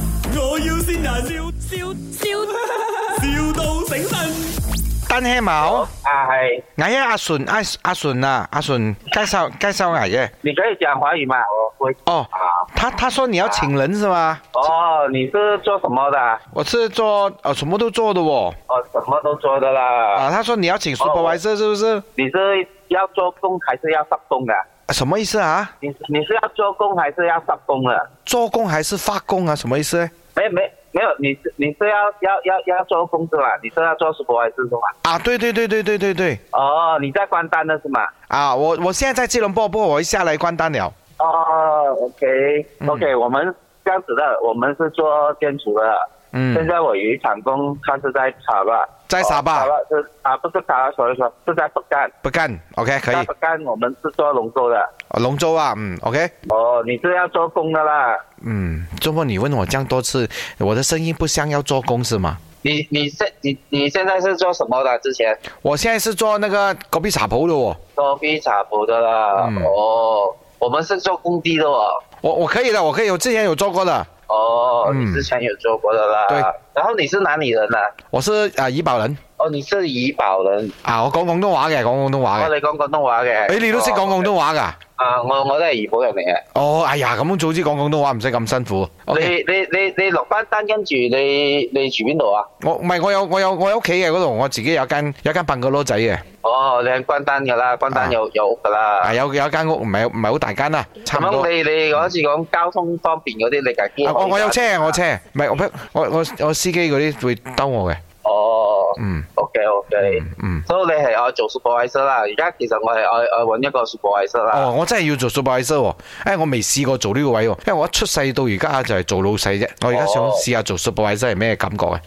要先人，笑笑笑，,笑到醒神。單車冇，啊，系，俺哎阿順阿阿順啊，阿順介紹介紹俺耶。你可以讲华语吗？我会。哦啊，他他說你要請人是吗？哦，你是做什么的？我是做呃什麼都做的哦。哦，什么都做的啦。啊，他說你要哦請 supervisor 是不是？你是要做工还是要上工的？啊什麼意思啊？你你是要做工还是要上工的？做工還是發工啊？什麼意思？没没没有，你是你是要要要要做工是吧？你是要做 s u p e r v 是吗？啊，對對對對對對對。哦，你在关单的是吗？啊，我我現在在吉隆坡，不過我一下來關單了。哦，OK 嗯 OK，、我们这样子的，我们是做建筑的。嗯现在我有一场工，他是在查吧，在沙巴哦查吧是啊，不是查巴，所以说是在北干。不干，OK 可在以北。干我们是做龙舟的。龍舟啊，嗯，OK，哦，你是要做工的啦。嗯，周末你問我這樣多次，我的聲音不像要做工是嗎？你你现你你现在是做什么的？之前我现在是做那个隔壁茶铺的哦，做 B 茶铺的啦。嗯哦，我们是做工地的哦。我我可以的，我可以，我之前有做过的，哦，嗯你之前有做过的啦。对。然后你是哪里人呢、我是啊怡保人哦，你是怡保人。哦啊，我讲广东話嘅，講廣東話我嘅，哋講廣東話嘅。誒哎你都識講廣東話㗎？啊，我我都係怡保人嚟嘅。哦，哎呀，咁早知講廣東話唔使咁辛苦。OK，你你你你落班單，跟住你你住邊度啊？我唔係我有我有我喺屋企嘅嗰度，我自己有間有間笨個佬仔嘅，哦，你係關單㗎啦，關啊單有有屋㗎啦啊。有有一間屋唔係唔係好大間啦，差唔多咁。你你嗰次講交通方便嗰啲，你架機啊我我有車可以我車，唔係我我我我司機嗰啲會兜我嘅，哦嗯，OK OK，嗯嗯。所以你係我做 supervisor 啦。而家其實我係我我揾一個 supervisor 哦，啦。我真係要做 supervisor 喎，哎我未試過做呢個位喎，因為我一出世到而家就係做老細啫，我而家想 哦試下做 supervisor 係咩感覺嘅，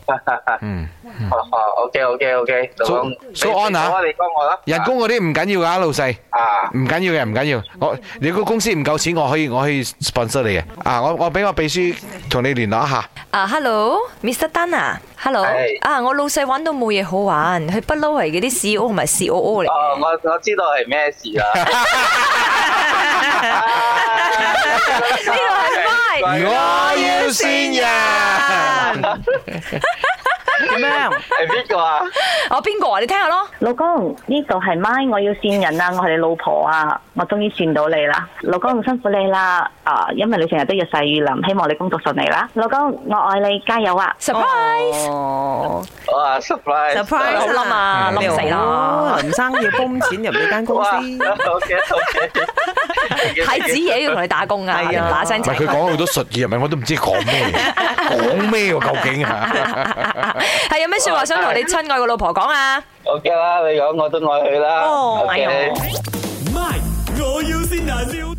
嗯， OK OK OK，就所咁所以安啊你講我啦。人工嗰啲唔緊要㗎，老細，啊，唔緊要嘅，唔緊要，我你個公司唔夠錢，我可以我可以 sponsor 你嘅，啊，我我俾我秘書同你聯絡一下，啊，hello，Mr. Tan 啊，hello，係啊，我老細揾到冇嘢好玩，佢不嬲係嗰啲 CEO 同 埋 COO 嚟嘅。哦，我我知道係咩事啦。 呢度係 m 我要先人，咁樣，係邊個啊？我邊個啊？你聽下咯。老公呢度係 my，我要線人啦，我係你老婆啊，我終於線到你啦，老公辛苦你啦，啊，因為你成日都日曬雨淋，希望你工作順利啦，老公我愛你，加油啊！ surprise，哦哇，surprise！ surprise 冧啊，冧死啦！林生要泵錢入呢間哇，OK OK，太 子爺 要同你打工哎啊，你係啊嗱聲唔係佢仔。講好多術語，咪我都唔知講 咩，講咩喎究竟啊？係有咩説話想同你親愛嘅老婆講啊？ ，OK 啦，你講我都愛佢啦。哦 OK 哎呦 My，我要先人，笑